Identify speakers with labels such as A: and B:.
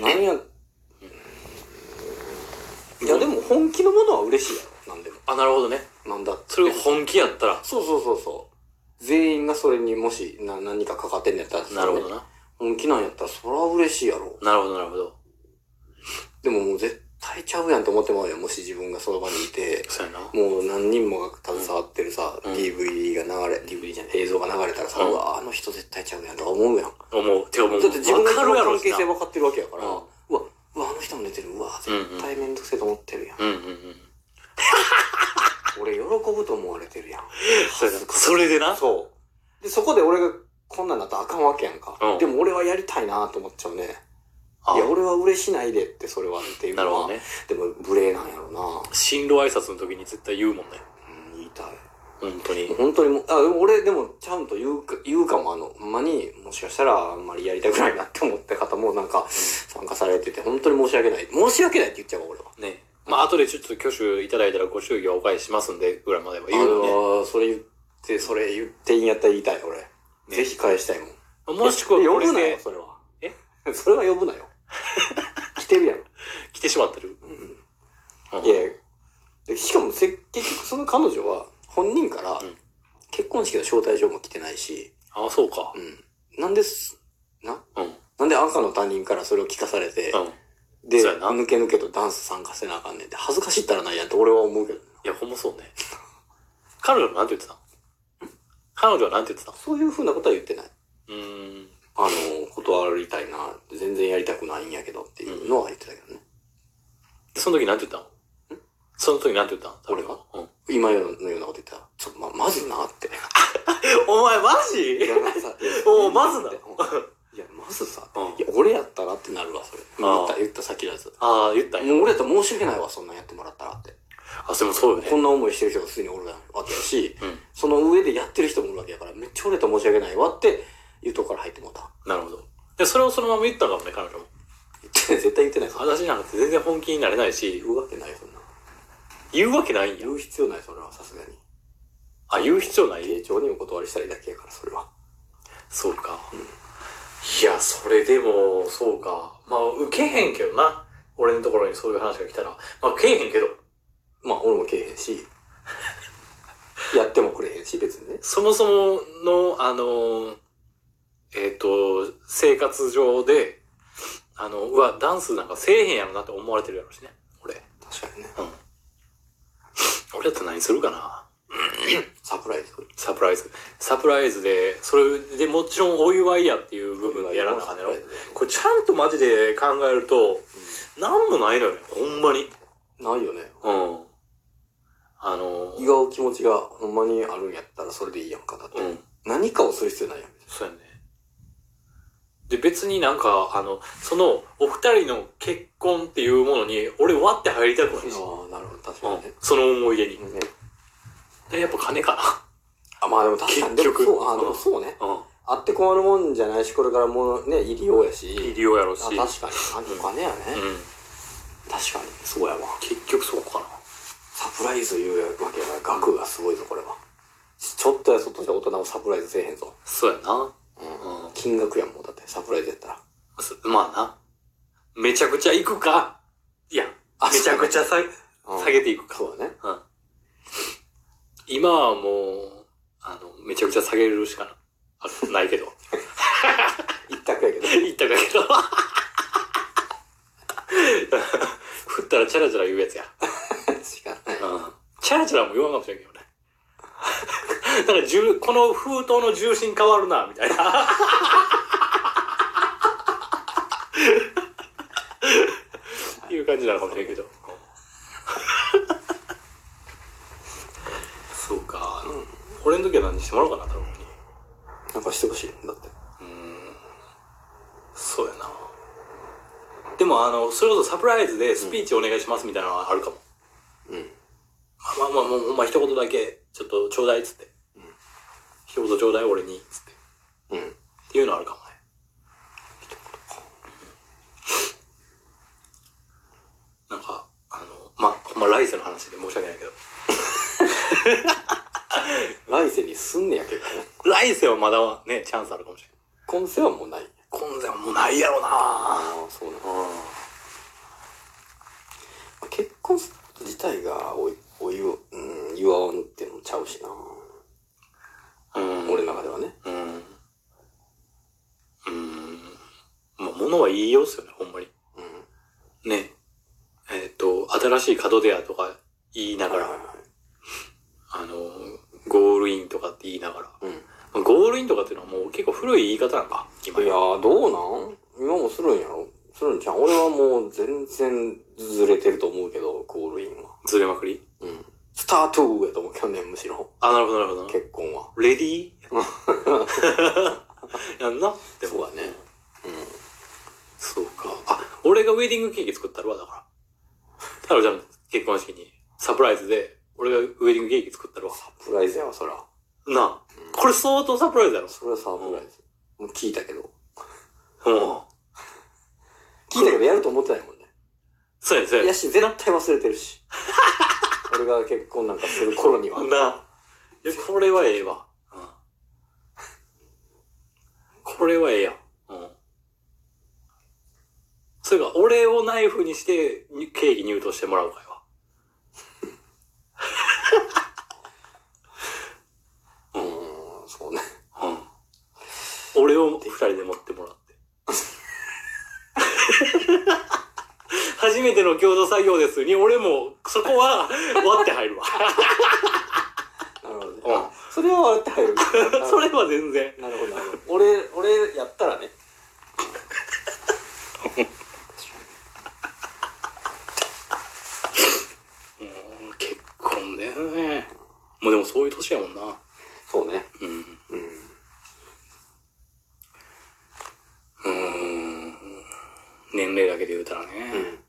A: なんや、いやでも本気のものは嬉しいやろ。なんでも。
B: あ、なるほどね。
A: なんだって
B: それが本気やったら。
A: そうそうそうそう。全員がそれにもしな何かかかってんのやったら、
B: なるほど
A: な。
B: な。
A: 本気なんやったら、そら嬉しいやろ。
B: なるほど、なるほど。
A: でももう絶対ちゃうやんと思ってまうやん。もし自分がその場にいて、
B: そうやな。
A: もう何人もが携わってるさ、
B: うん
A: DVD が流れ、DVD じゃない、映像が流れたらさ、
B: う
A: うんわ、あの人絶対ちゃうやんとか思うやん。
B: 思う。てかもう、
A: だって自分が一
B: わかるや
A: 番
B: ろ
A: 関
B: うし
A: 係
B: な
A: 性分かってるわけやから、う
B: うん
A: わ、うわ、あの人も出てる、うわ、絶対めんどくせえと思ってるやん。
B: うんうんうん。
A: 俺喜ぶと思われてるやん。
B: そうやな。それでな。
A: そう。で、そこで俺がこんなんなったらあかんわけやんか。
B: うん
A: でも俺はやりたいなと思っちゃうね。
B: あ
A: いや、俺は嬉しないでって、それはっていう
B: なる
A: の
B: ほど
A: は。
B: ね。
A: でも、無礼なんやろうな、
B: 進路挨拶の時に絶対言うもんね。
A: うん、言いたい。
B: 本当に。
A: 本当にもう、あ、でも俺、でも、ちゃんと言うか、言うかも、あの、ほんまに、もしかしたら、あんまりやりたくないなって思った方も、なんか、参加されてて、本当に申し訳ない。申し訳ないって言っちゃうわ、俺は。
B: ね。まあ、後でちょっと挙手いただいたらご祝儀はお返ししますんで、ぐらいまでは言うのね。
A: あのそれ言って、それ言っていいんやったら言いたい、俺。ぜひ返したいもん。
B: もしくは、
A: 呼
B: これ
A: ぶなよ
B: で、
A: それは。
B: え
A: それは呼ぶなよ。来てるやん。
B: 来てしまってる。うん
A: いや、でしかもせ、結局その彼女は、本人から
B: うん、
A: 結婚式の招待状も来てないし、
B: あ、そうか。
A: うん。なんです、な
B: うん。うん。
A: なんで赤の他人からそれを聞かされて、で、
B: そうやな
A: ぬけぬけとダンス参加せなあかんねんって、恥ずかしいったらないやんって俺は思うけどな。
B: いや、ほんまそうね。彼女はなんて言ってたの彼女はなんて言ってたの
A: そういうふうなことは言ってない。
B: うーん。
A: あの、断りたいな、全然やりたくないんやけどっていうのは言ってたけどね。
B: その時なんて言ったのその時なんて言ったの
A: 俺が
B: うん。
A: 今のようなこと言ったら、ちょ、ま、まずなって。
B: お前マ
A: い
B: ジ
A: や、なんかさ、
B: おうまずな
A: うんいや、まずさ、
B: うん
A: いや、俺やったらってなるわ、それ。言った、言った先のやつ。
B: ああ、言ったんや。
A: もう俺やったら申し訳ないわ、そんなんやってもらったらって。
B: あ、でもそうよ
A: こ
B: ね。
A: んな思いしてる人がすでにおるわけやし、
B: うん。
A: その上でやってる人もおるわけやから、めっちゃ俺やったら申し訳ないわって、言うとこから入ってもらった。
B: なるほど。で、それをそのまま言ったのかもね、彼女も。
A: 言って絶対言ってないから。
B: 私なんて全然本気になれないし
A: 言、うわけないよ、そんな。
B: 言うわけないんや
A: 言。う必要ない、それは、さすがに。
B: あ、言う必要ない
A: 家長にお断りしたりだけやから、それは。
B: そうか。いや、それでも、そうか。まあ、受けへんけどな。俺のところにそういう話が来たら。まあ、受けへんけど。
A: まあ、俺もけえへん し、やってもくれへんし、別にね。
B: そもそもの、あの、えっ、と、生活上で、あの、うわ、ダンスなんかせえへんやろなって思われてるやろうしね。俺。
A: 確かにね。
B: うん。俺だったら何するかな
A: サプライズ。
B: サプライズ。サプライズで、それでもちろんお祝いやっていう部分でやらなあかんねやろ
A: サプライズで
B: これちゃんとマジで考えると、なんもないのよね。ほんまに。
A: ないよね。
B: うん。あの、
A: 祝う気持ちがほんまにあるんやったらそれでいいやんか。だって、
B: うん。
A: 何かをする必要ないやん。
B: そうやね。で、別になんか、あの、その、お二人の結婚っていうものに、俺割って入りたくないし。
A: ああ、なるほど。確
B: う
A: か
B: ん
A: にね。。
B: その思い出に。
A: ね
B: で、やっぱ金か
A: あ、まあでも確かに。
B: 結局
A: でもそう、あでも そうね。
B: な。うん。
A: あって困るもんじゃないし、これからもうね、入りようやし。
B: 医療やろし。
A: あ、確かに。なんとかねやね。
B: うん。
A: 確かに。そうやわ。
B: 結局そうかな。
A: サプライズ言うわけやから、額がすごいぞ、これは。ちょっとやそっとじゃ大人もサプライズせえへんぞ。
B: そうやな。
A: うん
B: うん
A: 金額やん、もうだって、サプライズやったら。
B: すまあな。めちゃくちゃ行くか。いや、
A: あ
B: めちゃくちゃ下げ
A: うん
B: 下げていくか。
A: そうだね。
B: うん。今はもう、あの、めちゃくちゃ下げるしかな。あないけど。
A: 一択や けど。
B: 言ったかけど。 振ったらチャラチャラ言うやつや。
A: しかない。
B: うん。チャラチャラも言わんかもしれんけどね。だから重、この封筒の重心変わるな、みたいな。いう感じなのかもしれんけど。そうか。俺の時は何してもらおうかな、多分に。
A: なんかしてほしいんだって。
B: そうやな。でも、あの、それこそサプライズでスピーチお願いしますみたいなのはあるかも。
A: うん。
B: まあまあ、もう、ほんま一言だけ、ちょっとちょうだいっつって。一言ちょうだい俺に、つって。
A: うん。
B: っていうのはあるかもね。なんか、あの、まあ、ほんま来世の話で申し訳ないけど。
A: 来世にすんねやけどね。
B: 来世はまだね、チャンスあるかもしれない。
A: 今世はもうない。
B: 今世はもうないやろな
A: ああ、そうなの。
B: うん。はいいよっすよね、ほんまに。
A: うん。
B: ね。えっ、と、新しい門出やとか言いながら、
A: はいはいはい
B: あの、ゴールインとかって言いながら。
A: うん。
B: まあゴールインとかっていうのはもう結構古い言い方なんか、今
A: いや。ー、どうなん今もするんやろするんちゃう俺はもう全然ずれてると思うけど、ゴールインは。
B: ずれまくり
A: うん。スタートやと思う、去年むしろ。
B: あ、なるほど、なるほど。
A: 結婚は。
B: レディーやんなでも。
A: だね。
B: そうか。あ、俺がウェディングケーキ作ったるわ、だから。太郎ちゃんの結婚式に、サプライズで、俺がウェディングケーキ作ったるわ。
A: サプライズやわ、そら。
B: なあ。これ相当サプライズやろ。
A: それはサプライズ。もう聞いたけど。
B: うん。
A: 聞いたけどやると思ってないもんね。
B: そうや、そうや
A: いや。し、絶対忘れてるし。俺が結婚なんかする頃には。
B: な。いや、これはええわ。うん。これはええやん。うん。それか、俺をナイフにして、にケーキ入刀してもらうかいわ。
A: うーん、そうね。
B: うん。俺を二人で持ってもらって。 初めての共同作業ですに、俺も、そこは、割って入るわ。
A: なるほどね。
B: うん
A: それは笑って 入る。
B: それは全然。
A: なるほど、なるほど。俺、俺やったらね。
B: うん結婚ね。もうでもそういう年やもんな。
A: そうね。
B: うん。
A: うん。
B: うーん年齢だけで言うたらね、
A: うん